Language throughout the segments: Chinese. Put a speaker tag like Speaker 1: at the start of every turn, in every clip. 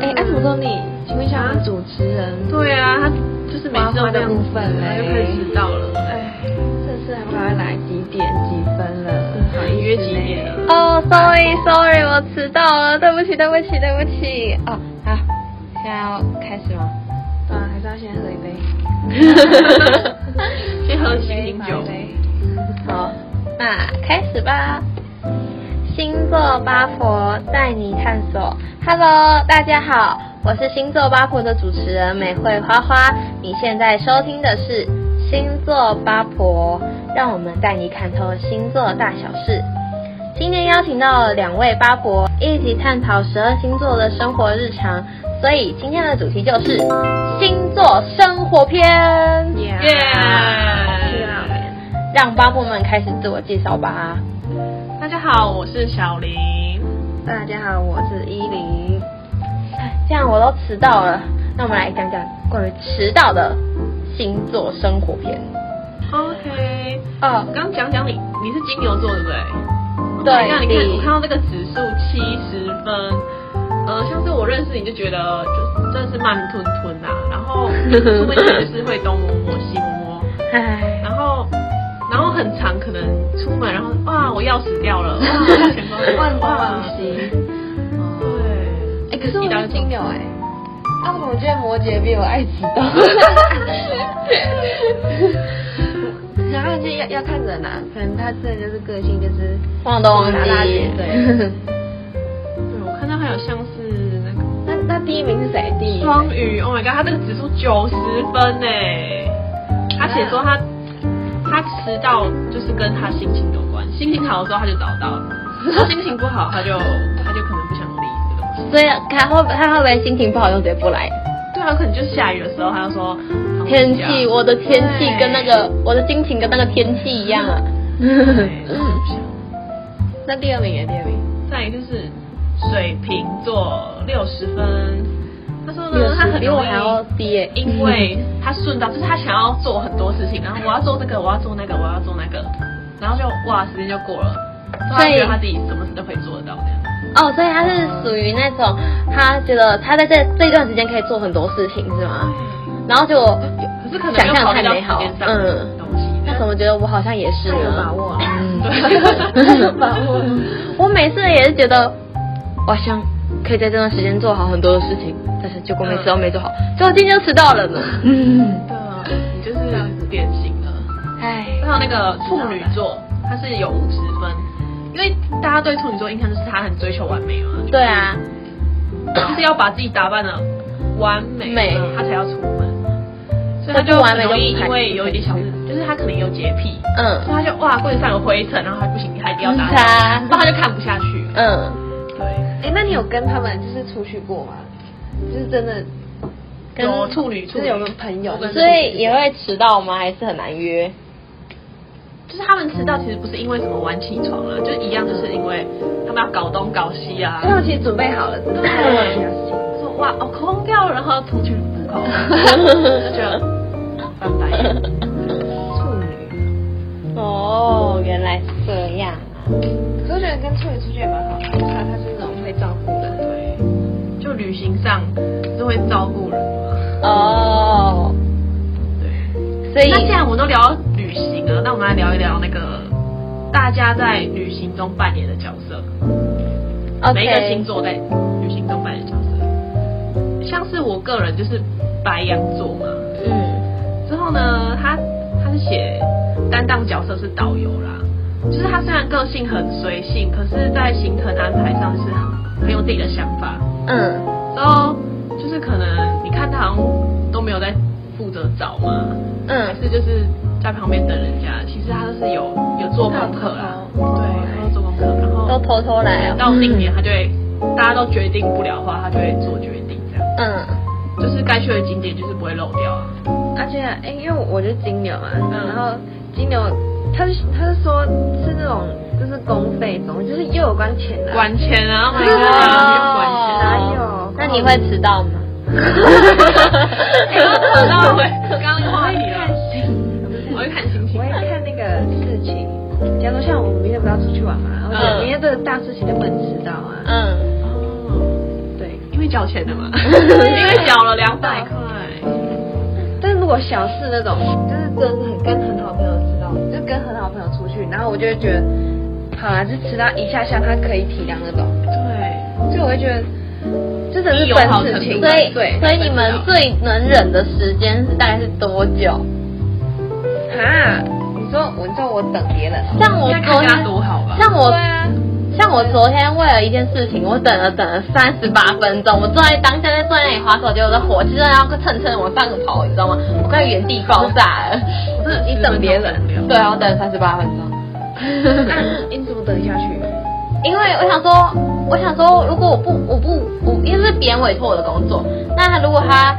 Speaker 1: 哎
Speaker 2: 啊
Speaker 1: 到的部分
Speaker 2: 然后就
Speaker 1: 嘞
Speaker 2: 快迟到了，哎，
Speaker 1: 这次还快来几点几分了？
Speaker 2: 嗯好，你约几点了？
Speaker 3: 哦、s o r r y sorry，我迟到了，对不起对不起对不起。哦，好，现在要开始吗？
Speaker 1: 对啊，还是要先喝一 杯。
Speaker 2: 去喝七零酒。
Speaker 3: 好，那开始吧。星座八婆带你探索。Hello，大家好，我是星座八婆的主持人美惠花花。你现在收听的是星座八婆，让我们带你看透星座大小事。今天邀请到了两位八婆，一起探讨十二星座的生活日常。所以今天的主题就是星座生活篇。
Speaker 1: Yeah
Speaker 2: 耶！啊
Speaker 3: 让八婆们开始自我介绍吧。
Speaker 2: 大家好，我是小林。
Speaker 1: 大家好，我是依林。
Speaker 3: 哎这样我都迟到了，那我们来讲讲关于迟到的星座生活篇。
Speaker 2: OK，
Speaker 3: 哦
Speaker 2: 我，刚讲讲你，你是金牛座对不对？
Speaker 3: 对
Speaker 2: 你看，你看，
Speaker 3: 你
Speaker 2: 我看到这个指数七十分，呃，像是我认识你就觉得就真的是慢吞吞啊，然 后出门前就是会东摸摸西摸摸，
Speaker 3: 唉，
Speaker 2: 然后然后很长，可能出门然后哇，我钥匙掉了，哇，我钱包
Speaker 1: 万
Speaker 2: 哇
Speaker 1: 东西。
Speaker 2: 对，
Speaker 1: 哎，可是我
Speaker 2: 一大
Speaker 1: 是
Speaker 2: 堆
Speaker 1: 金牛哎。啊，我觉得摩羯比我爱迟到。 然后就要要看人啊，可能他真的就是个性就是
Speaker 3: 忘都忘记
Speaker 1: 打打脸。对。
Speaker 2: 对，我看到还有像是那个。
Speaker 1: 那那第一名是谁？第一名
Speaker 2: 双鱼，Oh my god，他这个指数九十分呢。他写说他他迟到就是跟他心情有关，心情好的时候他就早到，他心情不好他就他就可能不想理这个东西。
Speaker 3: 所以他会不他会不会心情不好就直接不来？
Speaker 2: 对啊，可能就是下雨的时候他就说
Speaker 3: 天气，我的天气
Speaker 2: 对
Speaker 3: 跟那个我的心情跟那个天气一样啊。
Speaker 2: 对 就是不想
Speaker 1: 那第二名也第二名。
Speaker 2: 再一个就是水瓶座六十分，他说
Speaker 3: 有
Speaker 2: 呢，他很
Speaker 3: 比我
Speaker 2: 容易
Speaker 3: 还要低耶、
Speaker 2: 因为他顺道，就是他想要做很多事情，然后我要做这个，我要做那个，我要做那个，然后就哇，时间就过了，所以他觉得他自己什么事都可以做得到这样。
Speaker 3: 哦，所以他是属于那种他觉得他在这这段时间可以做很多事情是吗？然后就
Speaker 2: 嗯可是可能
Speaker 3: 想
Speaker 2: 没有
Speaker 3: 象
Speaker 2: 考虑
Speaker 3: 太
Speaker 2: 到
Speaker 3: 美
Speaker 2: 时
Speaker 3: 好
Speaker 2: 间，上的
Speaker 3: 嗯。
Speaker 2: 东西。
Speaker 3: 那怎么觉得我好像也是
Speaker 1: 太有
Speaker 3: 呢？
Speaker 1: 把握了
Speaker 3: 嗯，
Speaker 2: 对
Speaker 3: 太有把握 了。我每次也是觉得，我好像可以在这段时间做好很多的事情，但是结果每次都没做好，
Speaker 2: 嗯
Speaker 3: 结果今天就迟到了呢。嗯，
Speaker 2: 对，你就是典型的。
Speaker 3: 唉，
Speaker 2: 还有那个处女座，他是有五十分，因为大家对处女座印象就是他很追求完美嘛，
Speaker 3: 对啊，
Speaker 2: 就是要把自己打扮的完美，
Speaker 3: 美
Speaker 2: 他才要出门。所以他就
Speaker 3: 那不完
Speaker 2: 很
Speaker 3: 美
Speaker 2: 容易
Speaker 3: 就不
Speaker 2: 因为
Speaker 3: 太
Speaker 2: 有一点小事，就是他可能有洁癖，
Speaker 3: 嗯
Speaker 2: 所以他就哇柜子上有灰尘，然后他不行，他一定要打
Speaker 3: 擦
Speaker 2: 扫，不然他就看不下去。
Speaker 3: 嗯，
Speaker 2: 对，
Speaker 1: 哎，那你有跟他们就是出去过吗？就是真的
Speaker 3: 跟
Speaker 2: 有处女，处
Speaker 1: 就是
Speaker 2: 女
Speaker 1: 有没有朋友
Speaker 2: 我跟
Speaker 1: 就是
Speaker 3: 所以也会迟到吗？还是很难约？
Speaker 2: 就是他们迟到其实不是因为什么晚起床啦，就一样就是因为他们要搞东搞西啊
Speaker 3: 嗯
Speaker 1: 因，为我其实准备好了，只是太多其他事情。
Speaker 2: 说哇哦空掉了，然后同学 不空，就觉得拜拜。
Speaker 1: 处女，
Speaker 3: 哦，原来是这样啊。
Speaker 1: 可是我觉得跟处女出去也蛮好的，他他是那种会照顾人。
Speaker 2: 对，就旅行上是会照顾人嘛。
Speaker 3: 哦，
Speaker 2: 对，
Speaker 3: 所以
Speaker 2: 那既然我们都聊到旅行了，那我们来聊一聊那个大家在旅行中扮演的角色。每一个
Speaker 3: OK，
Speaker 2: 星座在旅行中扮演角色。像是我个人就是白羊座嘛，
Speaker 3: 嗯，
Speaker 2: 之后呢，他他是写担当角色是导游啦，就是他虽然个性很随性，可是在行程安排上是很很有自己的想法。
Speaker 3: 嗯，
Speaker 2: 之后就是可能你看他好像都没有在负责找嘛，还
Speaker 3: 嗯，
Speaker 2: 是就是在旁边等人家，其实他都是有有做功课啦，对，他有做功课，然后
Speaker 3: 都偷偷来哦。
Speaker 2: 到定点，他就会大家都决定不了的话，他就会做决定，这样
Speaker 3: 嗯，
Speaker 2: 就是该去的景点就是不会漏掉啊。
Speaker 1: 而且，哎、因为我就金牛嘛，
Speaker 2: 嗯
Speaker 1: 然后金牛，他是他是说是那种就是公费中，就是又有关钱的、
Speaker 2: 管钱啊，我
Speaker 1: 哎
Speaker 2: 们
Speaker 1: 呦
Speaker 2: 要管钱啊。
Speaker 1: 哪有
Speaker 3: 嗯哦那你会迟到吗？
Speaker 2: 哎，我扯到回刚刚那个话题了，我会看心情
Speaker 1: 我。也看那个事情，假如像我们明天不要出去玩嘛，然后我觉
Speaker 2: 嗯
Speaker 1: 得明天这个大事情就不能迟到啊。
Speaker 3: 嗯，
Speaker 2: 哦，
Speaker 1: 对，
Speaker 2: 因为缴钱的嘛，因为缴了两百块。
Speaker 1: 但如果小事那种，就是真的很跟很好朋友知道，就跟很好朋友出去，然后我就会觉得，好啦，就迟到一下下，他可以体谅那种，
Speaker 2: 对，
Speaker 1: 所以我会觉得，这真的是本事情，
Speaker 3: 所以
Speaker 1: 对，
Speaker 3: 所以你们最能忍的时间是大概是多久？
Speaker 1: 啊，你说我你说我等别人、哦，
Speaker 3: 像我
Speaker 2: 那
Speaker 3: 昨
Speaker 2: 看他
Speaker 3: 天，
Speaker 2: 多好吧？
Speaker 3: 像我
Speaker 1: 对啊，
Speaker 3: 像我昨天为了一件事情，我等了等了三十八分钟，我坐在当下在坐在那里划手机，我的火气真的要蹭蹭往上跑，你知道吗？我快原地爆炸了。
Speaker 1: 你等别人，
Speaker 3: 对啊，我等了三十八分钟。
Speaker 1: 那 你怎么等下去？
Speaker 3: 因为我想说，我想说，如果我不我不我，因为是别人委托我的工作，那他如果他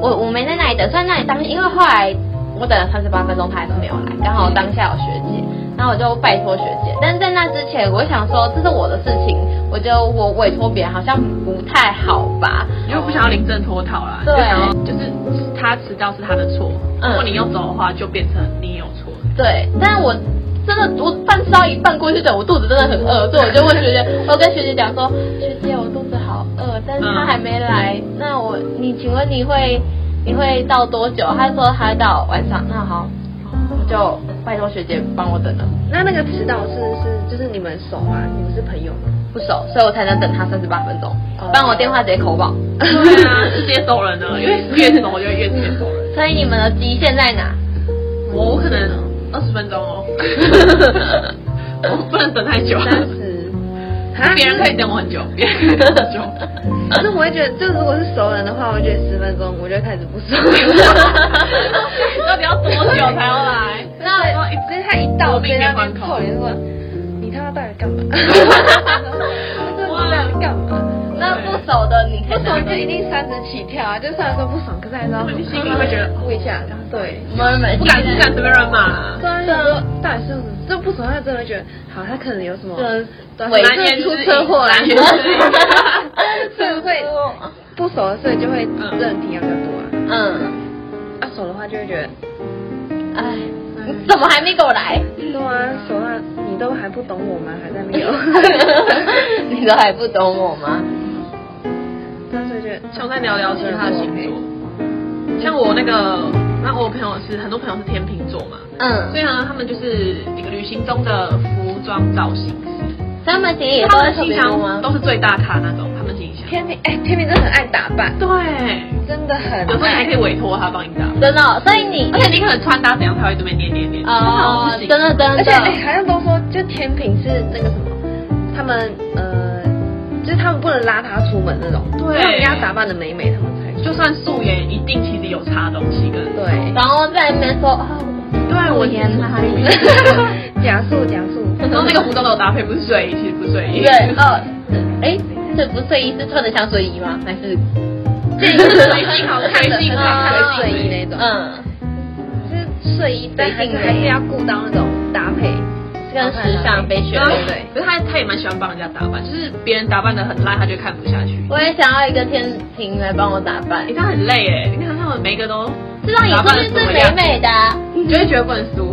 Speaker 3: 我我没在那里等，虽然那里当因为后来我等了三十八分钟，他还是没有来，刚好当下有学姐，然后我就拜托学姐，但是在那之前，我想说这是我的事情，我就我委托别人好像不太好吧，
Speaker 2: 因为我不想要临阵脱逃啦，
Speaker 3: 对
Speaker 2: 啊，就是他迟到是他的错，
Speaker 3: 嗯
Speaker 2: 如果你又走的话，就变成你有错。
Speaker 3: 对，但是我真的我饭吃到一半过去等，我肚子真的很饿，所以我就问学姐，我跟学姐讲说，学姐我肚子好饿，但
Speaker 2: 嗯
Speaker 3: 是她还没来，那我你请问你会你会到多久？她说她到晚上，那好，我就拜托学姐帮我等了，
Speaker 1: 那那个指导是是就是你们熟吗？你们是朋友吗？
Speaker 3: 不熟，所以我才能等她三十八分钟
Speaker 1: 哦，
Speaker 3: 不然我电话直接口爆。
Speaker 2: 对啊，是接收人的，因为越熟就越接收人。
Speaker 3: 所以你们的极限在哪？
Speaker 2: 我可能二十分钟哦，我不能等太久，
Speaker 1: 三十，啊
Speaker 2: 别人可以等我很久，别人可以等很久。
Speaker 1: 可啊是我会觉得，就如果是熟人的话，我会觉得十分钟我就开始不熟。
Speaker 2: 到底要多久才要来？
Speaker 1: 那我所以他一到，
Speaker 2: 我
Speaker 1: 我直
Speaker 2: 命
Speaker 1: 接
Speaker 2: 运
Speaker 1: 在那
Speaker 2: 关
Speaker 1: 边
Speaker 2: 口
Speaker 1: 扣脸说：“你他妈到底 干嘛？”这你到底干嘛？
Speaker 3: 那不熟的你可
Speaker 1: 不
Speaker 3: 以
Speaker 1: 爽就一定三十起跳啊！就虽然说不爽，可是还是要
Speaker 2: 你心里会觉得哦
Speaker 1: 顾一下，对。
Speaker 3: 我们
Speaker 2: 不敢不敢随便乱骂。
Speaker 1: 虽然说到底是就不爽，他真的觉得好，他可能有什么
Speaker 3: 就是
Speaker 1: 对
Speaker 3: 伪
Speaker 1: 反正
Speaker 2: 言之
Speaker 1: 出车祸啦，
Speaker 2: 难言之
Speaker 3: 隐
Speaker 1: 所以会不熟的，所以就会真的体谅比较多啊。
Speaker 3: 嗯，
Speaker 1: 啊，熟的话就会觉得，
Speaker 3: 哎，你怎么还没给我来？
Speaker 1: 对啊，熟啊，你都还不懂我吗？还在没有？
Speaker 3: 你都还不懂我吗？
Speaker 1: 那所以觉得
Speaker 2: 想再聊聊其他的星座，像我那个，那我朋友是很多朋友是天秤座嘛，
Speaker 3: 嗯，
Speaker 2: 所以呢，他们就是一个旅行中的服装造型师，
Speaker 3: 他们其实也都在
Speaker 2: 他们
Speaker 3: 特
Speaker 2: 经
Speaker 3: 别多吗
Speaker 2: 常？都是最大咖那种，他们形象。
Speaker 1: 天平，哎，天平真的很爱打扮，
Speaker 2: 对，
Speaker 1: 真的很
Speaker 2: 有时候你还
Speaker 1: 爱
Speaker 2: 可以。委托他帮你打扮，
Speaker 3: 真的哦，所以你
Speaker 2: 而且你可能穿搭怎样，他会这边念念念。
Speaker 3: 哦，真的真
Speaker 1: 而且哎，
Speaker 3: 的，
Speaker 1: 好像都说就天平是那个什么，他们呃，就是他们不能邋遢出门那种，
Speaker 2: 对
Speaker 1: 他们要打扮的美美，他们才
Speaker 2: 就算素颜，一定其实有差东西跟。
Speaker 1: 对。
Speaker 3: 然后在那边说啊，
Speaker 2: 对，我
Speaker 3: 天哪，
Speaker 1: 假素假素，
Speaker 2: 然后那个服装都有搭配，不是睡衣，其实不是睡衣。
Speaker 3: 对，哦，哎，这不是睡衣是穿的像睡衣吗？还是
Speaker 2: 这个是随性好随性啊
Speaker 1: 看的睡衣那种，
Speaker 3: 嗯，
Speaker 1: 就是睡衣，但还是还是要顾到那种搭配，
Speaker 3: 跟时尚非学
Speaker 2: 然后
Speaker 3: 妹？
Speaker 1: 对
Speaker 2: 可是他他也蛮喜欢帮人家打扮，就是别人打扮的很烂，他就看不下去。
Speaker 3: 我也想要一个天平来帮我打扮
Speaker 2: 你，看很累哎，你看他们每一个都
Speaker 3: 这样你
Speaker 2: 打
Speaker 3: 说
Speaker 2: 扮
Speaker 3: 不
Speaker 2: 得
Speaker 3: 定
Speaker 2: 怎么
Speaker 3: 是美
Speaker 2: 样，
Speaker 3: 美的啊。
Speaker 2: 你就会觉得不能输，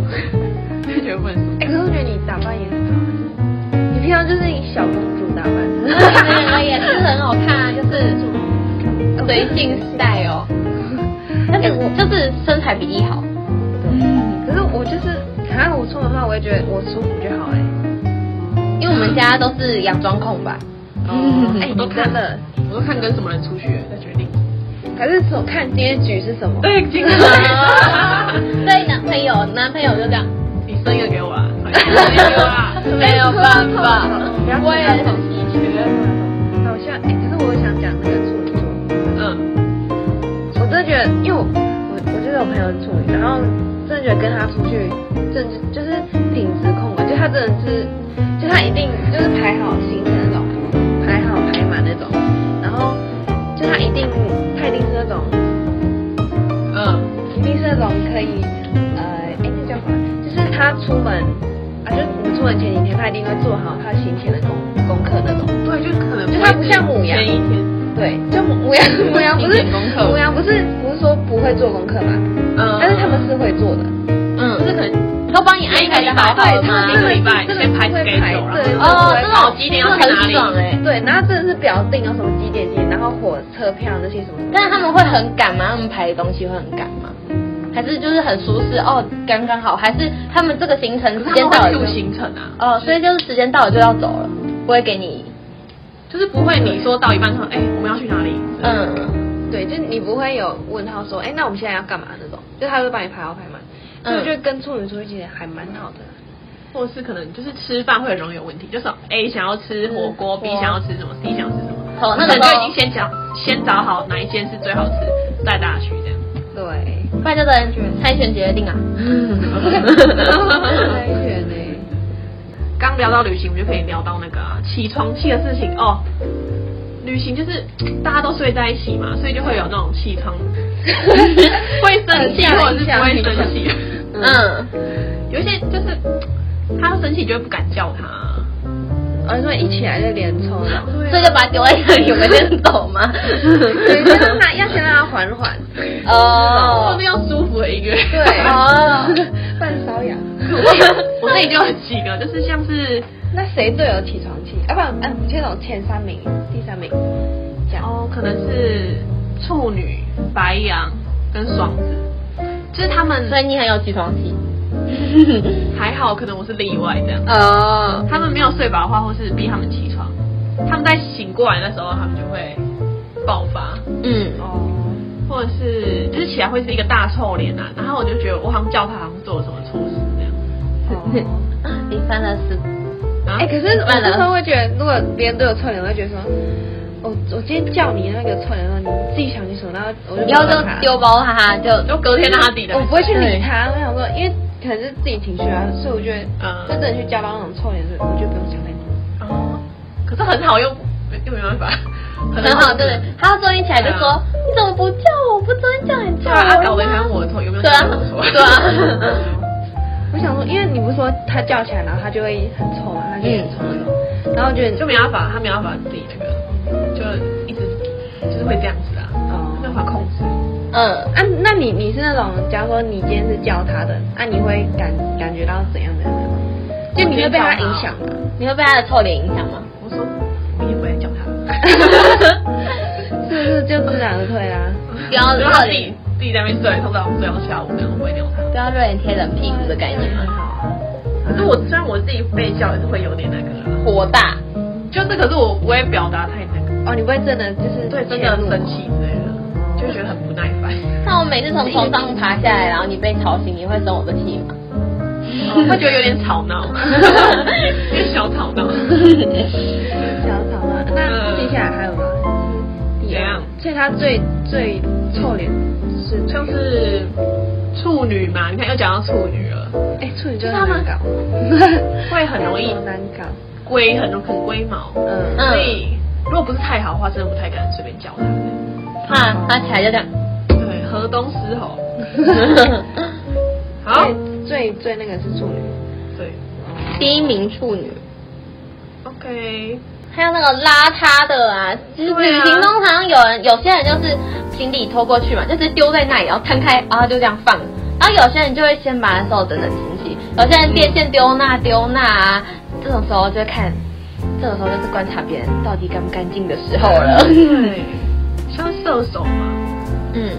Speaker 2: 就会觉得不能输。
Speaker 1: 哎，可是我觉得你打扮也很好，啊你平常就是以小公主打扮，
Speaker 3: 那 也是很好看啊，就是随性 style，但是就是身材比例好。
Speaker 1: 可是我就是，好像我出门的话，我也觉得我舒服就好哎。
Speaker 3: 因为我们家都是洋装控吧，
Speaker 2: 哦
Speaker 1: 哎
Speaker 2: 我都看
Speaker 1: 你真的，
Speaker 2: 我都看跟什么人出去再决定。
Speaker 1: 还是从看今天局是什么？
Speaker 2: 对，今天
Speaker 3: 所以男朋友男朋友就这样，
Speaker 2: 你生一个给我啊，你生一个给我啊。
Speaker 3: 没有办法，我也很稀缺。
Speaker 1: 好像哎，可是我想讲那个处女座，
Speaker 2: 嗯，
Speaker 1: 我真的觉得，因为我我我就是有朋友是处女，然后真的觉得跟他出去，真的就是品质控管，就他真的是，就他一定就是排好行程那种，排好排满那种，然后就他一定他一定是那种
Speaker 2: 嗯，
Speaker 1: 一定是那种可以，呃，哎，那叫什么？就是他出门啊，就是你出门前几天，他一定会做好他行前的功功课那种。
Speaker 2: 对，就可能会
Speaker 1: 就它不像母羊
Speaker 2: 前一天，
Speaker 1: 对，就母羊母羊不是
Speaker 2: 行前功课
Speaker 1: 母羊不是不是说不会做功课嘛，
Speaker 2: 嗯
Speaker 1: 但是他们是会做的。
Speaker 2: 就是
Speaker 3: 嗯，
Speaker 2: 可能
Speaker 3: 都帮你安排的好好
Speaker 1: 对，
Speaker 3: 的
Speaker 1: 他
Speaker 3: 吗
Speaker 1: 们？
Speaker 2: 一
Speaker 1: 是
Speaker 2: 个
Speaker 1: 会
Speaker 2: 礼拜先排 schedule，
Speaker 1: 对，
Speaker 2: 然
Speaker 3: 哦，这
Speaker 1: 这
Speaker 3: 种
Speaker 1: 种
Speaker 3: 几点要去哪很
Speaker 2: 里
Speaker 3: 爽哎。
Speaker 1: 对，然后真的是表定有什么几点几点，然后火车票那些什么的。
Speaker 3: 但是他们会很赶吗？他们排的东西会很赶吗？还是就是很舒适哦，刚刚好，还是他们这个行程
Speaker 2: 可
Speaker 3: 时
Speaker 2: 是
Speaker 3: 间
Speaker 2: 他
Speaker 3: 到
Speaker 2: 们
Speaker 3: 了
Speaker 2: 会
Speaker 3: 就
Speaker 2: 有行程啊，
Speaker 3: 哦，所以就是时间到了就要走了，不会给你
Speaker 2: 就是不会你说到一半说，哎、我们要去哪里？嗯，
Speaker 3: 嗯
Speaker 1: 对，就是你不会有问号说，哎、那我们现在要干嘛那种，就他会帮你排好排满。所以我觉得跟处女出去其实还蛮好的。
Speaker 2: 或是可能就是吃饭会很容易有问题，就是 A 想要吃火锅、
Speaker 3: 嗯
Speaker 2: b 想要吃什么，C 想要吃什么，
Speaker 3: 哦那
Speaker 2: 可
Speaker 3: 个
Speaker 2: 能就
Speaker 3: 时
Speaker 2: 已
Speaker 3: 候
Speaker 2: 经先讲先找好哪一间是最好吃，再大家去这样。
Speaker 1: 对，
Speaker 3: 不然就等猜拳决定啊。
Speaker 1: 嗯猜拳呢？
Speaker 2: 刚聊到旅行，我们就可以聊到那个、啊、起床气的事情哦。旅行就是大家都睡在一起嘛，所以就会有那种起床会生气，或者是不会生气。
Speaker 3: 嗯，
Speaker 2: 有一些就是他生气就会不敢叫他，
Speaker 1: 而哦说一起来就连抽了。
Speaker 3: 所以就把它丢在那里，有没有人走吗？
Speaker 1: 对，就是让他要先让他缓缓，
Speaker 2: 后
Speaker 3: 哦
Speaker 2: 面，要舒服的音乐。
Speaker 1: 对，
Speaker 3: 哦，
Speaker 1: 半瘙痒。
Speaker 2: 我这里就有几个，就是像是
Speaker 1: 那谁最有起床气？啊不，嗯，这种前三名、第三名，这样。
Speaker 2: 哦，可能是处女、白羊跟双子，就是他们
Speaker 3: 所以你很有起床气。
Speaker 2: 还好，可能我是例外这样。
Speaker 3: 哦，
Speaker 2: 他们没有睡饱的话，或是逼他们起床，他们在醒过来的时候，他们就会爆发，
Speaker 3: 嗯，
Speaker 1: 哦，
Speaker 2: 或者是就是起来会是一个大臭脸啊。然后我就觉得我好像叫他，好像做了什么错事这样。
Speaker 1: 哦
Speaker 3: 嗯你犯了事。
Speaker 2: 然后
Speaker 1: 哎、可是
Speaker 3: 嗯
Speaker 1: 我那时候会觉得，如果别人对我臭脸，我会觉得说，我我今天叫你那个臭脸的时候，你自己想清楚，然后我就
Speaker 3: 以后就
Speaker 1: 不管他
Speaker 3: 丢包哈哈，就
Speaker 2: 就隔天让他自己来
Speaker 1: 我不会去理他。我想说，因为可能是自己情绪啊，所以我觉得，
Speaker 2: 嗯
Speaker 1: 真的去叫到那种臭脸的时候，我就不用想太多。
Speaker 2: 哦，可是很好又又没办法，
Speaker 3: 很好，对对。他终于起来就
Speaker 2: 对
Speaker 3: 说：“你怎么不叫我？不昨天叫你叫
Speaker 2: 对啊，他搞
Speaker 3: 我
Speaker 2: 得
Speaker 3: 吗
Speaker 2: 像我的错，有没有
Speaker 3: 对啊
Speaker 2: 像我的错？
Speaker 3: 对啊
Speaker 1: 我想说，因为你不是说他叫起来，然后他就会很臭嘛，他就很臭那种，然后我觉 得
Speaker 2: 就没办法，他没办法自己那个，就一直就是会这样子啊，
Speaker 1: 哦
Speaker 2: 没办法控制。？”
Speaker 3: 嗯，
Speaker 1: 啊，那你你是那种，假如说你今天是叫他的，那、你会感感觉到怎样怎样的吗？就你会被他影响吗？
Speaker 3: 你会被他的臭脸影响吗？
Speaker 2: 我说明天不会叫 他，
Speaker 1: 是不是就自然而退啊？
Speaker 3: 不要
Speaker 2: 就是他
Speaker 3: 热
Speaker 2: 自己
Speaker 3: 脸，
Speaker 2: 自己在那边睡，通常我们睡到下午，但我不会鸟他。
Speaker 3: 不要热脸啊贴冷屁股的概念吗？
Speaker 1: 很好啊。
Speaker 2: 可是我虽然我自己被叫也是会有点那个啦，
Speaker 3: 火大，
Speaker 2: 就是可是我不会表达太那个，
Speaker 1: 哦，你不会真的就是
Speaker 2: 对，真的生气之类的，就会觉得很不耐烦。
Speaker 3: 那我每次从床上爬下来，然后你被吵醒，你会生我的气吗？
Speaker 2: 我会觉得有点吵 闹，有点小吵闹。
Speaker 1: 小草啊。
Speaker 2: 嗯
Speaker 1: 那接下来还有吗？
Speaker 2: 怎样？
Speaker 1: 所以他最最臭脸是哪一个
Speaker 2: 像是处女嘛，你看又讲到处女了，
Speaker 1: 哎、处女就是难搞，
Speaker 2: 会很容易
Speaker 1: 难搞。
Speaker 2: 龟很容易很龟毛，
Speaker 1: 嗯
Speaker 3: 嗯
Speaker 2: 所以如果不是太好的话，真的不太敢随便叫他。
Speaker 3: 怕他起来就这样。
Speaker 2: 对，河东狮 吼。好，
Speaker 1: 最最那个是处女。
Speaker 2: 对
Speaker 3: 第一名处女，
Speaker 2: ，OK，
Speaker 3: 还有那个邋遢的啊，就是
Speaker 2: 对
Speaker 3: 旅
Speaker 2: 啊
Speaker 3: 行中好像有人，有些人就是行李拖过去嘛，就是丢在那里，然后摊开，啊然后就这样放。然后有些人就会先把所有整整齐齐，有些人电线丢那丢那啊，这种时候就会看，这种时候就是观察别人到底干不干净的时候了。
Speaker 2: 对，像射手嘛，
Speaker 3: 嗯，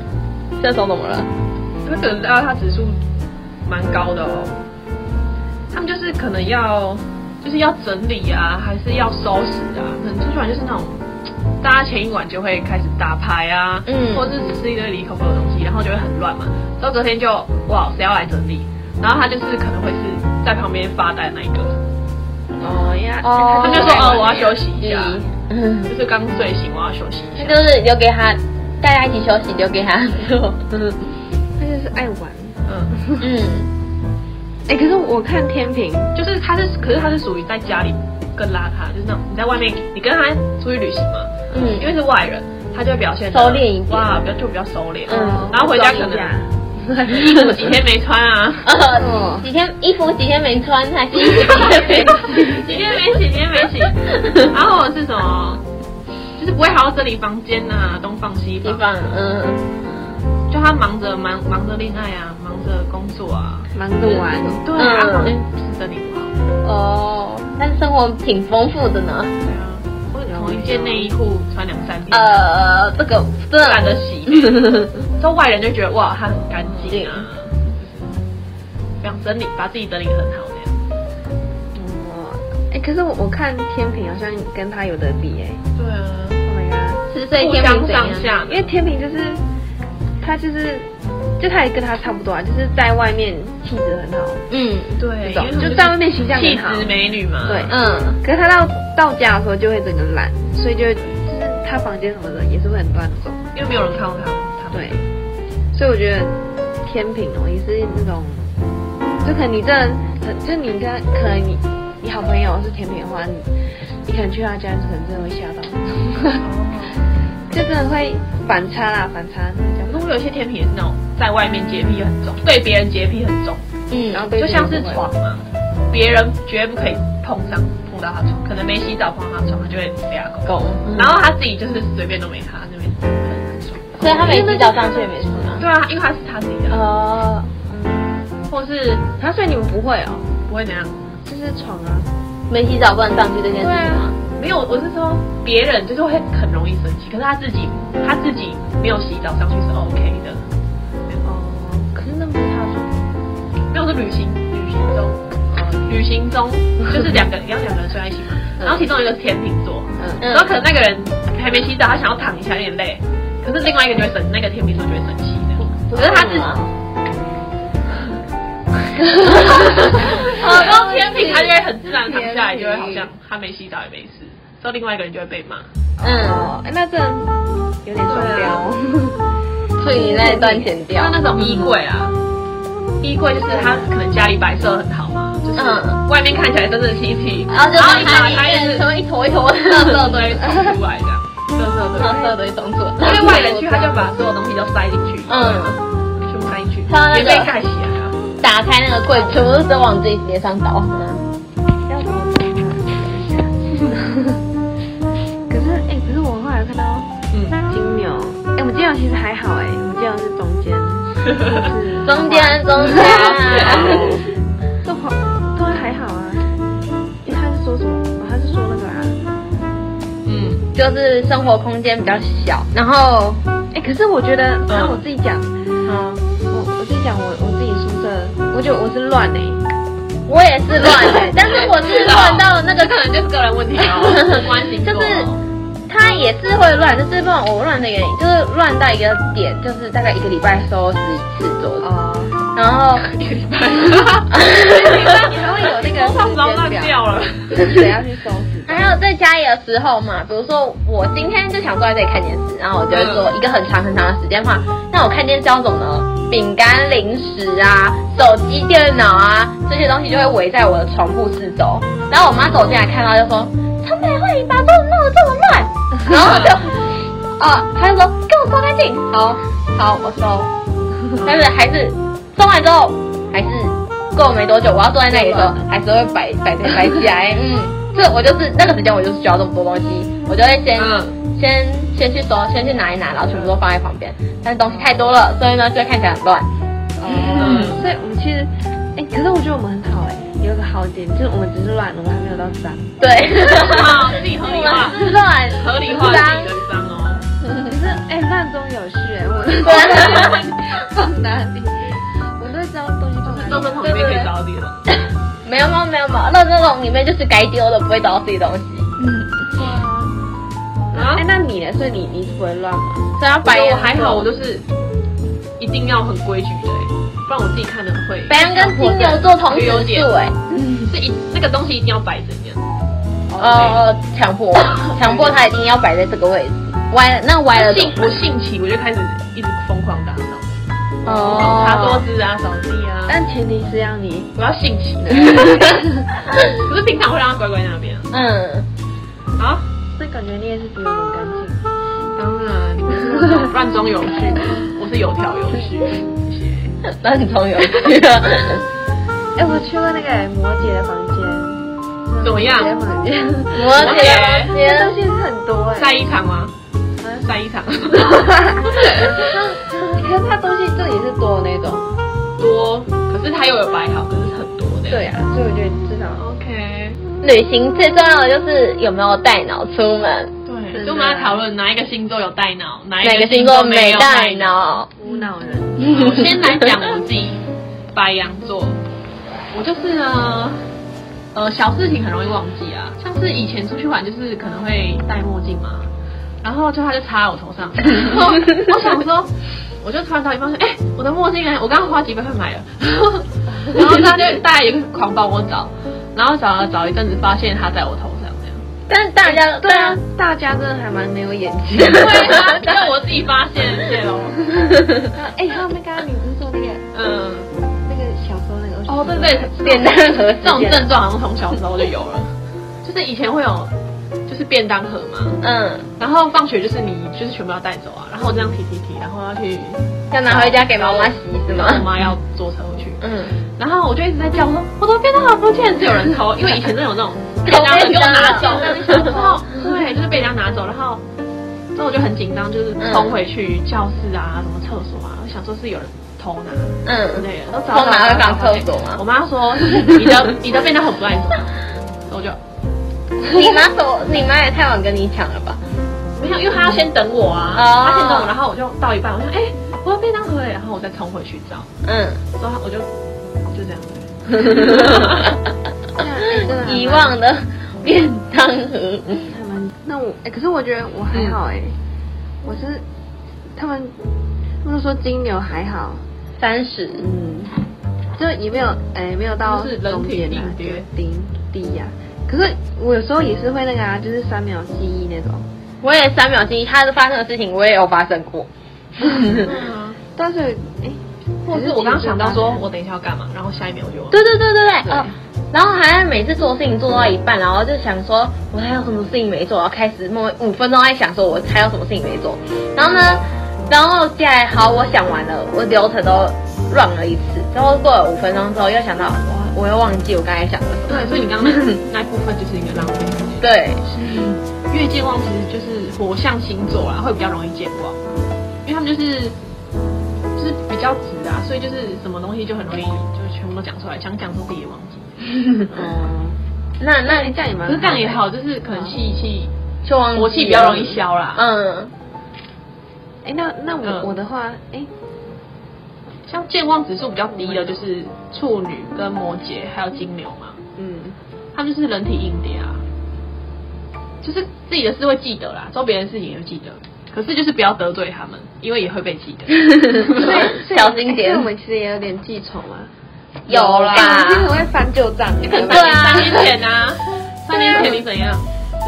Speaker 3: 射手怎么了？
Speaker 2: 他可能要他指数蛮高的哦，他们就是可能要就是要整理啊，还是要收拾啊，可能出去玩就是那种。大家前一晚就会开始打牌啊，
Speaker 3: 嗯
Speaker 2: 或是只是一堆离口口的东西，然后就会很乱嘛。到隔天就哇，谁要来整理？然后他就是可能会是在旁边发呆的那一个，
Speaker 1: 哦呀，
Speaker 3: 哦
Speaker 2: 他就说哦，我要休息一下，
Speaker 3: 嗯，
Speaker 2: 就是刚睡醒，我要休息一
Speaker 3: 那
Speaker 2: 下。
Speaker 3: 就是留给他，大家一起休息，留给他 做。
Speaker 1: 他就是爱玩。
Speaker 2: 嗯，
Speaker 3: 嗯，
Speaker 1: 哎、可是我看天平，
Speaker 2: 就是他是，可是他是属于在家里更邋遢，就是那种你在外面，你跟他出去旅行嘛，
Speaker 3: 嗯
Speaker 2: 因为是外人，他就会表现得
Speaker 3: 收敛一点
Speaker 2: 哇，比较就比较收敛，
Speaker 1: 呃
Speaker 3: 嗯
Speaker 2: 然后回家可
Speaker 1: 装一下
Speaker 2: 能衣服 几天没穿啊，
Speaker 3: 呃，几天衣服几天没穿，还是 衣服几天没洗？
Speaker 2: 几天没洗，几天没洗，然后或者是什么，就是不会好好整理房间呐、东放西
Speaker 3: 地
Speaker 2: 放，
Speaker 3: 方，嗯，
Speaker 2: 就他忙着忙忙着恋爱啊，忙着工作啊，
Speaker 1: 忙着玩。
Speaker 2: 对啊，
Speaker 3: 嗯
Speaker 2: 忙着整理不好。
Speaker 3: 哦，但是生活挺丰富的呢。
Speaker 2: 对啊，或者同一件内衣裤穿两三天，
Speaker 3: 呃，这个真
Speaker 2: 不
Speaker 3: 的
Speaker 2: 懒
Speaker 3: 懒
Speaker 2: 得
Speaker 3: 得洗。
Speaker 2: 洗。就外人就觉得哇，他很干净啊，就是非常整理，把自己整理得很好那样。
Speaker 1: 哦，哎、可是我我看天平好像跟他有得比哎、
Speaker 2: 对啊，
Speaker 1: Oh my god！
Speaker 3: 是所以
Speaker 2: 互
Speaker 3: 天
Speaker 2: 相
Speaker 3: 平怎样
Speaker 2: 上？下，
Speaker 1: 因为天平就是他就是就他也跟他差不多啊，就是在外面气质很好，
Speaker 3: 嗯
Speaker 2: 对，
Speaker 1: 懂
Speaker 2: 因为
Speaker 1: 就在外面形象
Speaker 2: 气
Speaker 1: 很好
Speaker 2: 质美女嘛，
Speaker 1: 对
Speaker 3: 嗯，
Speaker 1: 可是他到到家的时候就会整个懒，所以就就是他房间什么的也是会很乱走。
Speaker 2: 因为没有人看过他，他们
Speaker 1: 对，所以我觉得天平哦也是那种，就可能你这就你跟他可能你你好朋友是天平的话，你你可能去他家可能真的会吓到，
Speaker 2: 哦
Speaker 1: 就真的会反差啦，反差。
Speaker 2: 可是我有一些天平也是那种在外面洁癖很重，对别人洁癖很重，
Speaker 3: 嗯，
Speaker 1: 然后啊对
Speaker 2: 就像是床嘛，别人绝不可以碰上碰到他床，可能没洗澡碰到他床，他就会被他狗，
Speaker 1: 狗，
Speaker 2: 然后他自己就是随便都没他那边很爽。
Speaker 3: 所以他每次早上去也没事吗？
Speaker 2: 对啊，因为他是他自己的，
Speaker 1: 呃，
Speaker 2: 或是
Speaker 1: 他所以你们不会哦，
Speaker 2: 不会怎样。
Speaker 1: 就是床啊，
Speaker 3: 没洗澡不能上去这件事
Speaker 2: 啊
Speaker 3: 情吗？
Speaker 2: 没有，我是说别人就是会很容易生气，可是他自己他自己没有洗澡上去是 OK 的。
Speaker 1: 哦，可是那不是他的床，
Speaker 2: 没有是旅行旅行中，呃，旅行 中就是两个要两个人睡在一起嘛，
Speaker 1: 嗯
Speaker 2: 然后其中一个是天秤座，
Speaker 1: 嗯，
Speaker 3: 嗯
Speaker 2: 然后可能那个人还没洗澡，他想要躺一下有点累，可是另外一个就会生，那个天秤座就会生 气这样。可是他 自己，
Speaker 3: 哦
Speaker 2: 然后天秤他就会很自然躺下来，就会好像他没洗澡也没事，之后另外一个人就会被骂。
Speaker 3: 嗯，
Speaker 1: 哦，哎那这有点双标哦，
Speaker 3: 所以你那一段剪掉
Speaker 2: 像。那种衣柜啊，衣柜就是他可能家里摆设很好嘛，就是
Speaker 3: 嗯
Speaker 2: 外面看起来真的气气，
Speaker 3: 然后就
Speaker 2: 然后
Speaker 3: 是
Speaker 2: 一打
Speaker 3: 里
Speaker 2: 开就
Speaker 3: 面
Speaker 2: 是
Speaker 3: 什么一坨一坨的
Speaker 2: 垃 圾堆冲出来这样，垃圾堆。
Speaker 3: 垃圾堆动作，
Speaker 2: 因为外人去，他就把所有东西都塞进去，
Speaker 3: 嗯，
Speaker 2: 全部塞进去，
Speaker 3: 他那个
Speaker 2: 也被盖起来啊。
Speaker 3: 打开那个柜，全部都往自己脸上倒。
Speaker 1: 要怎么办呢？可是哎，可是我后来有看到
Speaker 2: 嗯，
Speaker 1: 金牛，哎我们金牛其实还好哎，我们金牛是中间，是
Speaker 3: 中间中间，啊
Speaker 1: 这黄都还好啊，因为他是说什么？哦他是说那个啊，
Speaker 2: 嗯，
Speaker 3: 就是生活空间比较小，然后
Speaker 1: 哎可是我觉得，那
Speaker 2: 嗯
Speaker 1: 我自己讲，
Speaker 3: 嗯，
Speaker 1: 我我自己讲我我自己宿舍，我觉得我是乱哎。
Speaker 3: 我也是乱 的，但是我是乱到 那个
Speaker 2: 这可能就是个人问题 哦，关系
Speaker 3: 就是他也是会乱，就是乱我乱的原因，就是乱到一个点，就是大概一个礼拜收拾一次左右，
Speaker 1: 哦，
Speaker 3: 然后
Speaker 2: 一个礼拜，你
Speaker 1: 你还会有那个
Speaker 2: 头发 乱掉了，
Speaker 1: 谁要去收拾？
Speaker 3: 还有在家里的时候嘛，比如说我今天就想坐在这里看电视，然后我就会做一个很长很长的时间的话，那我看电视要怎么呢？饼干、零食啊，手机、电脑啊，这些东西就会围在我的床铺四周。然后我妈走进来看到就说：“陈美惠，你把桌子弄得这么乱。”然后我就，啊、她就说：“ 给我收干净。”好，好，我收。但是还是收完之后，还是过没多久，我要坐在那里的时候，还是会摆摆摆起 来。嗯。这我就是那个时间，我就是需要这么多东西，我就会先、
Speaker 2: 嗯，
Speaker 3: 先先去收，先去拿一拿，然后全部都放在旁边。但是东西太多了，所以呢就会看起来很乱。
Speaker 2: 嗯
Speaker 1: 哦，所以我们其实，哎，可是我觉得我们很好哎，有一个好点就是我们只是乱，我们还没有到脏。
Speaker 3: 对，
Speaker 2: 好，自己合理 化
Speaker 3: 我，们是啊乱，
Speaker 2: 合理化自己的脏哦。
Speaker 1: 可是哎，乱中有序哎，我 放哪里？我都知道东西放哪
Speaker 2: 豆
Speaker 1: 里。
Speaker 2: 分旁边可以找到自己的东西，
Speaker 3: 没有没有没有没有，那那种里面就是该丢的，不会找到自己的东西。
Speaker 2: 啊
Speaker 1: 哎，那你呢？所以你你是不会乱吗？
Speaker 3: 所以要白
Speaker 2: 白
Speaker 3: 羊
Speaker 2: 我还好，我就是一定要很规矩的欸、不然我自己看的会。
Speaker 3: 白羊跟金牛座同时
Speaker 2: 有点
Speaker 3: 数哎、
Speaker 2: 是一那个东西一定要摆怎样？
Speaker 3: 呃，强迫强迫他一定要摆在这个位置，歪了那歪了怎
Speaker 2: 兴
Speaker 3: 么
Speaker 2: 我兴起我就开始一直疯狂打扫，
Speaker 3: 办
Speaker 2: 擦桌子啊，扫地啊，
Speaker 1: 但前提是要你
Speaker 2: 我要兴起。 可是平常会让它乖乖在那边啊
Speaker 3: 嗯，
Speaker 2: 啊。
Speaker 1: 所以感觉你也是比我们干净。
Speaker 2: 当然，你不是那种乱中有序吗，我是有条有序。
Speaker 3: 那很重有趣。
Speaker 1: 哎，我去过那个摩羯的房间，
Speaker 2: 怎么样
Speaker 1: 摩羯的 房间，
Speaker 3: 摩羯，摩
Speaker 1: 那
Speaker 3: 羯
Speaker 1: 东西是很多哎。
Speaker 2: 晒衣场 吗？
Speaker 1: 嗯
Speaker 2: 晒衣 场，
Speaker 1: 可是它东西这里是多的那种。
Speaker 2: 多，可是它又有摆好，可是很多的。
Speaker 1: 对啊，所以我觉得至少
Speaker 2: OK，
Speaker 3: 旅行最重要的就是有没有带脑出门，
Speaker 2: 对，所以我们要讨论哪一个星座有带脑，哪一
Speaker 3: 哪个
Speaker 2: 个
Speaker 3: 星
Speaker 2: 座
Speaker 3: 座
Speaker 2: 没
Speaker 3: 没
Speaker 2: 有
Speaker 3: 带
Speaker 2: 带。
Speaker 3: 脑？
Speaker 1: 无脑人。
Speaker 2: 我先来讲我自己白羊座，我就是呢，呃，小事情很容易忘记啊，像是以前出去玩就是可能会戴墨镜嘛，然后就他就插在我头上，然后我想说，我就突然到一半说，哎、我的墨镜呢？我刚刚花几百块买了， 然后他就大家也狂帮我找，然后找了找一阵子，发现他在我头上这样。
Speaker 3: 但大家
Speaker 1: 对啊，，大家真的还蛮没有眼睛。
Speaker 2: 对啊，因为我自己发现，谢哦喽。
Speaker 1: 哎，还有那个啊你不是说那个
Speaker 2: 嗯，
Speaker 1: 那个小时候那个
Speaker 2: 哦，对对，
Speaker 3: 扁担盒
Speaker 2: 这种症状好像从小时候就有 了，就是以前会有，就是便当盒嘛，
Speaker 3: 嗯，
Speaker 2: 然后放学就是你就是全部要带走啊，然后我这样提提提，然后要去
Speaker 3: 要拿回家给妈妈洗是
Speaker 2: 然后我
Speaker 3: 吗？
Speaker 2: 妈要坐车回去，
Speaker 3: 嗯，
Speaker 2: 然后我就一直在叫我说我的便当盒不见，是有人偷，因为以前真的有 那种便当盒给我拿走，然后对，就是被人家拿走，然后。所以我就很紧张，就是冲回去教室啊，什么厕所啊，我想说是有人偷拿，之
Speaker 3: 嗯，
Speaker 2: 类的，都找
Speaker 3: 偷拿会放厕所吗
Speaker 2: 我？妈说你的你的便当很不爱走，所以我就
Speaker 3: 你妈手，你妈也太晚跟你抢了吧？
Speaker 2: 没有，因为她要先等我啊，
Speaker 3: 哦
Speaker 2: 她先等我，然后我就到一半，我说哎、我的便当盒欸，然后我再冲回去找，
Speaker 3: 嗯，
Speaker 2: 然后我就就这样子。
Speaker 1: 哎
Speaker 3: 遗忘的便当盒，
Speaker 1: 他们那我哎、可是我觉得我还好哎、我是他们他们都说金牛还好，
Speaker 3: 三十，
Speaker 1: 嗯，就也没有哎、没有到
Speaker 2: 就是人
Speaker 1: 中
Speaker 2: 品
Speaker 1: 间啊，
Speaker 2: 低
Speaker 1: 就
Speaker 2: 劣
Speaker 1: 低低呀、可是我有时候也是会那个啊，就是三秒记忆那种，
Speaker 3: 我也三秒记忆，他发生的事情我也有发生 过。
Speaker 1: 但是哎、
Speaker 2: 或者是我刚刚想到说我等一下要干嘛，然后下一秒我就忘了
Speaker 3: 对对对对对，
Speaker 2: 对
Speaker 3: 哦。然后还每次做事情做到一半，然后就想说我还有什么事情没做，然后开始默五分钟在想说我还有什么事情没做。然后呢，然后接下来好，我想完了，我流程都 run 了一次，然后过了五分钟之后又想到我我又忘记我刚才想了什么。
Speaker 2: 对，所以你刚刚那那一部分就是一个浪费时间。
Speaker 3: 对，
Speaker 2: 越健忘其实就是火象星座啦，会比较容易健忘，因为他们就是就是比较直啊，所以就是什么东西就很容易就全部都讲出来，想讲都自己也忘记。哦
Speaker 1: 嗯，
Speaker 3: 那那
Speaker 1: 这样也蛮
Speaker 2: 可是这样也好，就是可能气一气，
Speaker 3: 就忘记
Speaker 2: 火气比较容易。消啦。
Speaker 3: 嗯，
Speaker 1: 哎、那那我、
Speaker 2: 嗯
Speaker 1: 我的话哎、
Speaker 2: 像健忘指数比较低的就是处女跟摩羯还有金牛嘛，
Speaker 1: 嗯，
Speaker 2: 他们就是人体硬碟啊，就是自己的事会记得啦，做别人的事情也会记得，可是就是不要得罪他们，因为也会被记得。
Speaker 1: 所以所以
Speaker 3: 小心点
Speaker 1: 哎所以我们其实也有点记仇嘛，
Speaker 3: 有
Speaker 1: 哎我其实
Speaker 3: 啦。
Speaker 1: 很会翻旧账，对
Speaker 3: 对啊
Speaker 2: 三年前啊，三年前你怎样？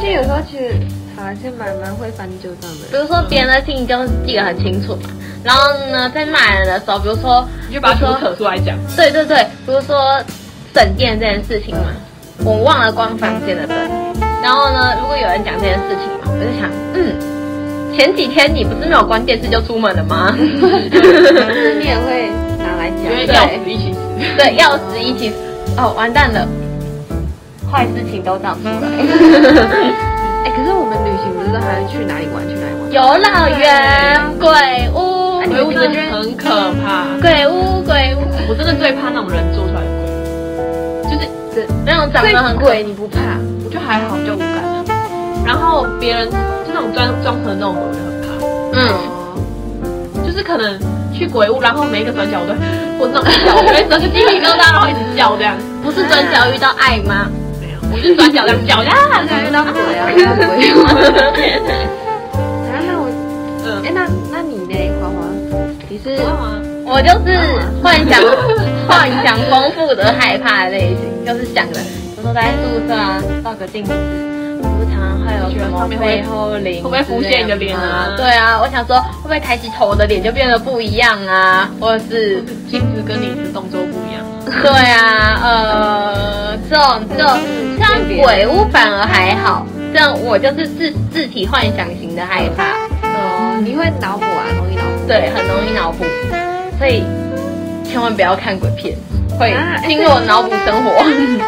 Speaker 1: 就有时候其实还是蛮蛮会翻旧账
Speaker 3: 比
Speaker 1: 的。
Speaker 3: 如说别人的事情就记得很清楚嘛，然后呢，在骂人的时候，比如说
Speaker 2: 你就把它全部扯出来讲。
Speaker 3: 对对对，比如说省电这件事情嘛，我忘了关房间的灯。然后呢，如果有人讲这件事情嘛，我就想，嗯，前几天你不是没有关电视就出门了吗？
Speaker 1: 就是你也会拿来
Speaker 2: 因为
Speaker 1: 讲，
Speaker 2: 要死一起死。
Speaker 3: 对，钥匙一起，哦，完蛋了，坏事情都长出来。
Speaker 1: 哎、可是我们旅行不是都还去哪里玩去哪里玩？
Speaker 3: 游乐园、鬼屋、
Speaker 1: 哎
Speaker 2: 鬼屋真
Speaker 3: 你
Speaker 2: 的
Speaker 3: 们觉得
Speaker 2: 很可怕，
Speaker 3: 鬼屋、鬼屋，
Speaker 2: 我真的最怕那种人做出来的鬼，就是
Speaker 3: 那种长得很
Speaker 1: 所以鬼你不怕？
Speaker 2: 我就还好，比较无 感啊。然后别人就那种装装成那种鬼，我就很
Speaker 3: 嗯，
Speaker 1: 哦
Speaker 2: 怕，就是可能去鬼屋，然后每一个转角我都我那种笑，我会整个鸡皮疙瘩，然后一直笑这样。
Speaker 3: 不是转角遇到爱吗？
Speaker 2: 没有，我就是转角这样笑，啊，才遇到鬼
Speaker 1: 对啊，
Speaker 2: 啊。
Speaker 1: 那我，那我，
Speaker 2: 嗯
Speaker 1: 哎，，那那你呢，花花？你是
Speaker 2: 知道吗？
Speaker 3: 我就是幻想幻想丰富的害怕类型，就是想着，比如说在宿舍啊，照个镜子，不常常会有什么背后灵，
Speaker 2: 会不会浮现你的脸啊
Speaker 3: 对啊，我想说会不会抬起头，我的脸就变得不一样啊，或者是
Speaker 2: 镜子跟你的动作不一样。
Speaker 3: 对啊，呃，这种这种像鬼屋反而还好，这样我就是自自体幻想型的害怕，
Speaker 1: 哦，你会脑补啊，容易脑补。
Speaker 3: 对，很容易脑补，所以千万不要看鬼片，会
Speaker 1: 啊
Speaker 3: 进入我脑补生活。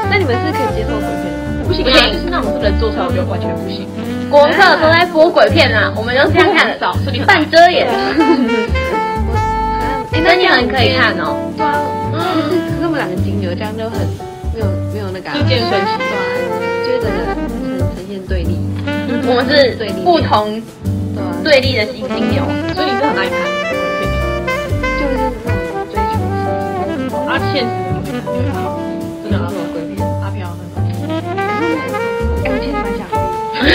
Speaker 1: 那你们是可以接受鬼片的吗？
Speaker 2: 不行啊，就是那种是人做出来，我觉得完全不行。
Speaker 3: 国课都在播鬼片啊，我们就这样看
Speaker 2: 很，少，所以你很
Speaker 3: 半遮眼，
Speaker 1: 我好像，哎，
Speaker 3: 那你很可以看哦。
Speaker 1: 对啊，可是可是我们两个金牛这样就很没有没有那个啊，
Speaker 2: 意见分歧
Speaker 1: 对啊，就是真的呈呈现对立，
Speaker 3: 我们是不同
Speaker 1: 对啊，
Speaker 3: 对立的新金牛，
Speaker 2: 所以你是很爱看鬼片的。他现实的很好，真的啊
Speaker 1: 什么鬼片？
Speaker 2: 阿飘很好。哎，我其实蛮想遇。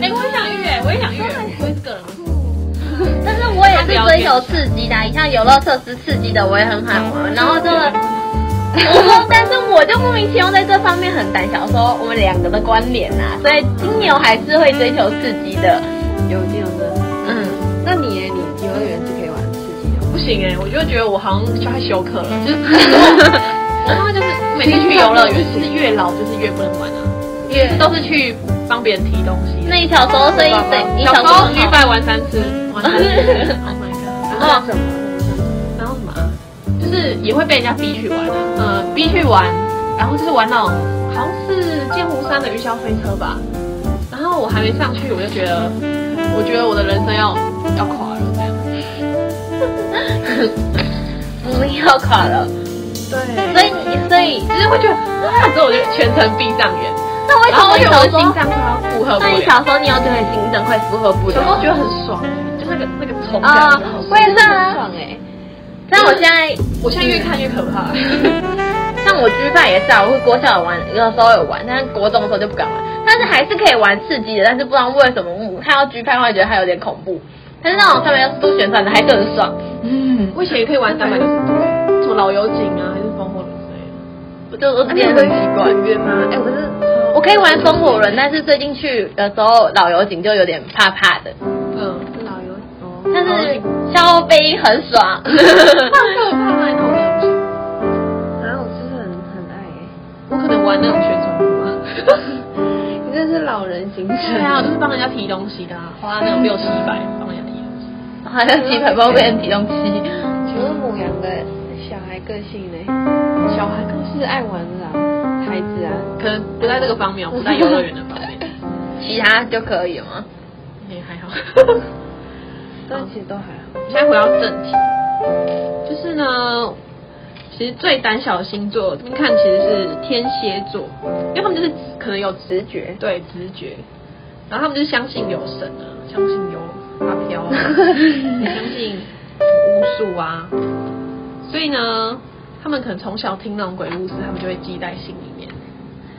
Speaker 2: 哎，我也想遇哎，我也想遇，我也是个人。
Speaker 3: 但是我也是追求刺激的啊，像游乐设施刺激的我也很爱玩，然后真的，然后但是我就莫名其妙在这方面很胆小，说我们两个的关联呐、啊，所以金牛还是会追求刺激的，
Speaker 1: 有金有真。
Speaker 3: 嗯，
Speaker 1: 那你耶，你幼儿园是可以玩刺激的吗？
Speaker 2: 不行哎、我就觉得我好像就快休克了， 就是我妈妈就是每次去游乐园，就是越老就是越不能玩啊，
Speaker 1: 越
Speaker 2: 都是去帮别人提东西。
Speaker 3: 那你小时候所以等你
Speaker 2: 小
Speaker 3: 小时
Speaker 2: 时
Speaker 3: 候
Speaker 2: 候去拜玩三次，玩 三次，Oh my god！然后
Speaker 1: 什么？
Speaker 2: 然后什么啊，就是也会被人家逼去玩啊，呃，逼去玩，然后就是玩那种好像是剑湖山的云霄飞车吧，然后我还没上去，我就觉得，我觉得我的人生要要垮了这样。
Speaker 3: 努力要垮了，
Speaker 2: 对
Speaker 3: 所以你所以
Speaker 2: 就是会觉得哇，之后我就全程闭上眼，
Speaker 3: 那为
Speaker 2: 然
Speaker 3: 什
Speaker 2: 后
Speaker 3: 么
Speaker 2: 我
Speaker 3: 你
Speaker 2: 有
Speaker 3: 小
Speaker 2: 的
Speaker 3: 时
Speaker 2: 心
Speaker 3: 候
Speaker 2: 脏快要负荷不
Speaker 3: 那你
Speaker 2: 了，
Speaker 3: 小时候你有觉得你心脏快负荷不
Speaker 2: 小时候
Speaker 3: 了？
Speaker 2: 觉得很爽，就那个那个冲感
Speaker 3: 啊
Speaker 2: 就好，
Speaker 3: 我也是啊
Speaker 1: 爽，哎，
Speaker 3: 但我现在
Speaker 2: 欸我现在越看越可怕。
Speaker 3: 像我居拜也是啊，我会国小有玩，有时候有玩，但是国中的时候就不敢玩。但是还是可以玩刺激的，但是不知道为什么我看到居派会觉得它有点恐怖。但是那种上面要多旋转的还是很爽。嗯，
Speaker 2: 我以前也可以玩三百六十度，什么老油井啊，还是风火轮之类的。
Speaker 3: 我就我之
Speaker 1: 那你
Speaker 3: 前
Speaker 1: 会管乐吗？哎，我是
Speaker 3: 我可以玩风火轮，但是最近去的时候老油井就有点怕怕的。
Speaker 2: 嗯，老油井。
Speaker 3: 但是消杯很爽。
Speaker 2: 可怕那一种东西
Speaker 1: 啊，我就是很很爱哎，
Speaker 2: 我可能玩那种旋转木马。
Speaker 1: 你这是老人行程。
Speaker 2: 对 啊，我就是帮人家提东西的、啊，花那种六七百帮人家提东西。
Speaker 3: 好像鸡排包被人提东西。
Speaker 1: 请问母羊的小孩个性呢？
Speaker 2: 小孩可能
Speaker 1: 是爱玩的啊，孩子啊，
Speaker 2: 可能不在这个方面，不在游乐园的方面，
Speaker 3: 其他就可以了吗？
Speaker 2: 也还 好。
Speaker 1: 但其实都还好。
Speaker 2: 现在回到正题，就是呢，其实最胆小的星座，这边看其实是天蝎座，因为他们就是可能有直觉，对直觉，然后他们就是相信有神啊，相信有阿飘、 啊，相信巫术啊，所以呢，他们可能从小听那种鬼故事，他们就会记在心里 面。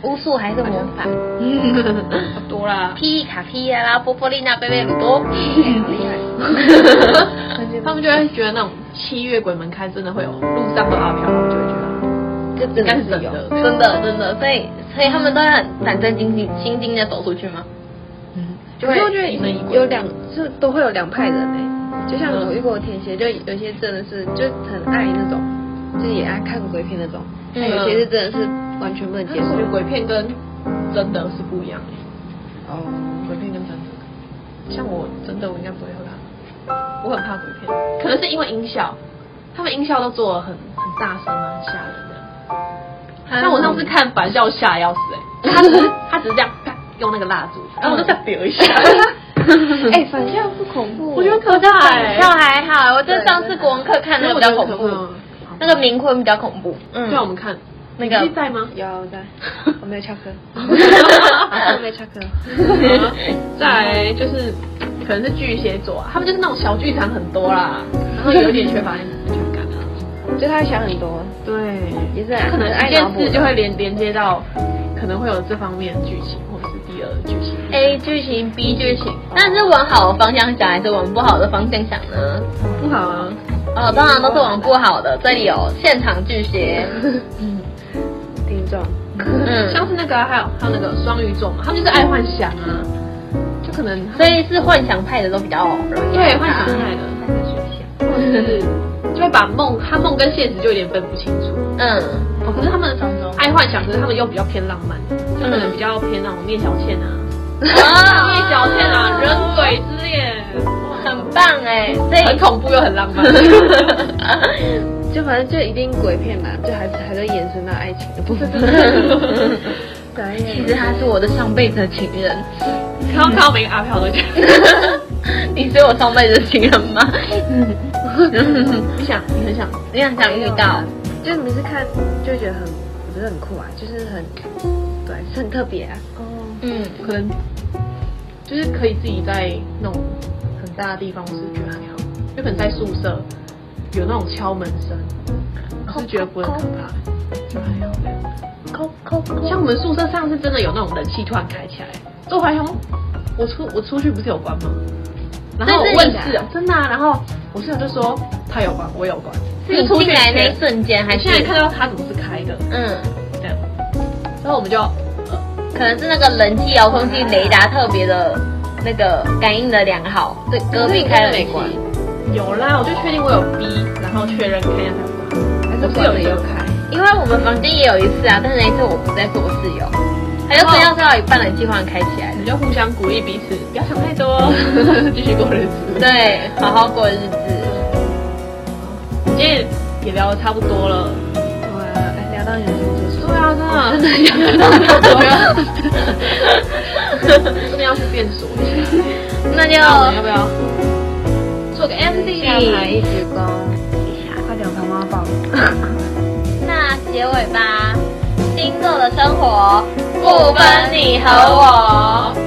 Speaker 3: 巫术还是魔法？
Speaker 2: 好多啦，
Speaker 3: 皮卡皮亚拉波波利娜贝贝鲁多。
Speaker 2: 他们就会觉得那种七月鬼门开，真的会有路上的阿飘，他们就会觉得。
Speaker 1: 就真的是有，
Speaker 3: 真的真的，所以所以他们都会很胆战心惊心惊的走出去吗？
Speaker 2: 嗯，
Speaker 1: 可是我觉得有两，就是都会有两派人哎、
Speaker 3: 嗯
Speaker 1: 就像我遇过天蝎，就有些真的是就很爱那种，就也爱看鬼片那种，
Speaker 3: 嗯
Speaker 1: 但有些是真的是完全不能接
Speaker 2: 其实
Speaker 1: 受。
Speaker 2: 鬼片跟真的是不一样的，
Speaker 1: 哦，
Speaker 2: 鬼片跟真的，像我真的我应该不会怕，我很怕鬼片，可能是因为音效，他们音效都做的很很大声啊，很吓人的。
Speaker 3: 嗯
Speaker 2: 但我上次看返校吓得要死 哎、欸，他只是他只是这样啪用那个蜡烛，
Speaker 3: 嗯
Speaker 2: 然后我就再表一 下，
Speaker 1: 哎、反向不恐
Speaker 3: 欸
Speaker 1: 怖，
Speaker 2: 我觉得可怕哎、
Speaker 3: 跳还好，我这上次国文课看那个比较恐怖，那个冥婚比较恐怖。嗯，
Speaker 2: 对啊，我们看
Speaker 3: 那个
Speaker 2: 你 在吗？
Speaker 1: 有在，我没有翘课，我没翘课。
Speaker 2: 好 再来就是可能是巨蟹座啊，他们就是那种小剧场很多啦，然后有点缺乏安全感啊。
Speaker 1: 就他会想很多，
Speaker 2: 对，
Speaker 1: 也是
Speaker 2: 可能
Speaker 1: 爱
Speaker 2: 一件
Speaker 1: 脑补
Speaker 2: 事就会连连接到，可能会有这方面的剧情，或者是第二的剧情。
Speaker 3: A 剧情 B 剧情，但是往好的方向想还是往不好的方向想
Speaker 1: 嗯
Speaker 3: 呢？
Speaker 2: 不好啊，
Speaker 3: 哦，当然都是往不好的。这里有现场巨蟹，
Speaker 1: 听众。
Speaker 3: 嗯，
Speaker 2: 嗯像是那个啊还有还有那个双鱼座嘛，他们就是爱幻想啊，就可能
Speaker 3: 所以是幻想派的都比较啊容易
Speaker 2: 对
Speaker 3: 害
Speaker 2: 幻
Speaker 3: 怕
Speaker 2: 想派的，或者是就会把梦他梦跟现实就有点分不清楚。
Speaker 3: 嗯。
Speaker 2: 哦，可是他们爱幻想，可是他们又比较偏浪漫，就可能比较偏那种聂小倩啊，
Speaker 3: 啊
Speaker 2: 聂小倩啊，人鬼之恋，
Speaker 3: 很棒哎，所
Speaker 2: 很
Speaker 3: 以
Speaker 2: 恐怖又很浪漫。
Speaker 1: 就反正就一定鬼片嘛，就还还在延伸到爱情的部分。
Speaker 3: 其实他是我的上辈子的情人，
Speaker 2: 看到看到每个阿飘都觉得，
Speaker 3: 你是我上辈子的情人 吗？
Speaker 2: 你想，你很想，
Speaker 3: 你很想遇
Speaker 2: 哎
Speaker 3: 到，
Speaker 1: 就每次看就会觉得很不是很酷啊，就是很对，是很特别啊。
Speaker 2: 哦，
Speaker 3: 嗯，
Speaker 2: 可能就是可以自己在那种很大的地方，我是觉得还好，就可能在宿舍有那种敲门声，是觉得不会很可怕，就还好没有。
Speaker 3: 扣扣扣
Speaker 2: 像我们宿舍上次真的有那种冷气突然开起来，所以我还想说，我出我出去不是有关吗？然后我问
Speaker 3: 真的假的
Speaker 2: 室友，真的啊，然后我室友就说他有关，我有关，
Speaker 3: 是你
Speaker 2: 出
Speaker 3: 进
Speaker 2: 去
Speaker 3: 来
Speaker 2: 前
Speaker 3: 那一瞬间，还
Speaker 2: 你
Speaker 3: 是
Speaker 2: 现在看到他怎么是开的
Speaker 3: 嗯，
Speaker 2: 这样，然后我们就
Speaker 3: 可能是那个冷气遥控器雷达特别的那个感应的良好，对，隔壁开冷
Speaker 1: 可是你真的没
Speaker 3: 气，
Speaker 1: 关
Speaker 2: 有啦，我就确定我有逼，然后确认开一下他
Speaker 1: 还
Speaker 2: 有关，
Speaker 1: 是
Speaker 2: 我室友也有开，
Speaker 3: 因为我们房间也有一次啊，但是那一次我不在，是我室友，他就睡觉睡到一半，冷气忽然开起来了，
Speaker 2: 我们就互相鼓励彼此，不要想太多，哦 继续过日子。
Speaker 3: 对，好好过日子。
Speaker 2: 今天也聊的差不多了，啊哎
Speaker 1: 对，聊到你的星座，
Speaker 2: 对啊，
Speaker 3: 真
Speaker 2: 真的真
Speaker 3: 的
Speaker 2: 的
Speaker 3: 差不多
Speaker 2: 真的要去变熟。
Speaker 3: 那就
Speaker 2: 那我们要不要做个 ending
Speaker 1: 下台一鞠躬，快点，我妈抱
Speaker 3: 那结尾吧。星座的生活不分你和我。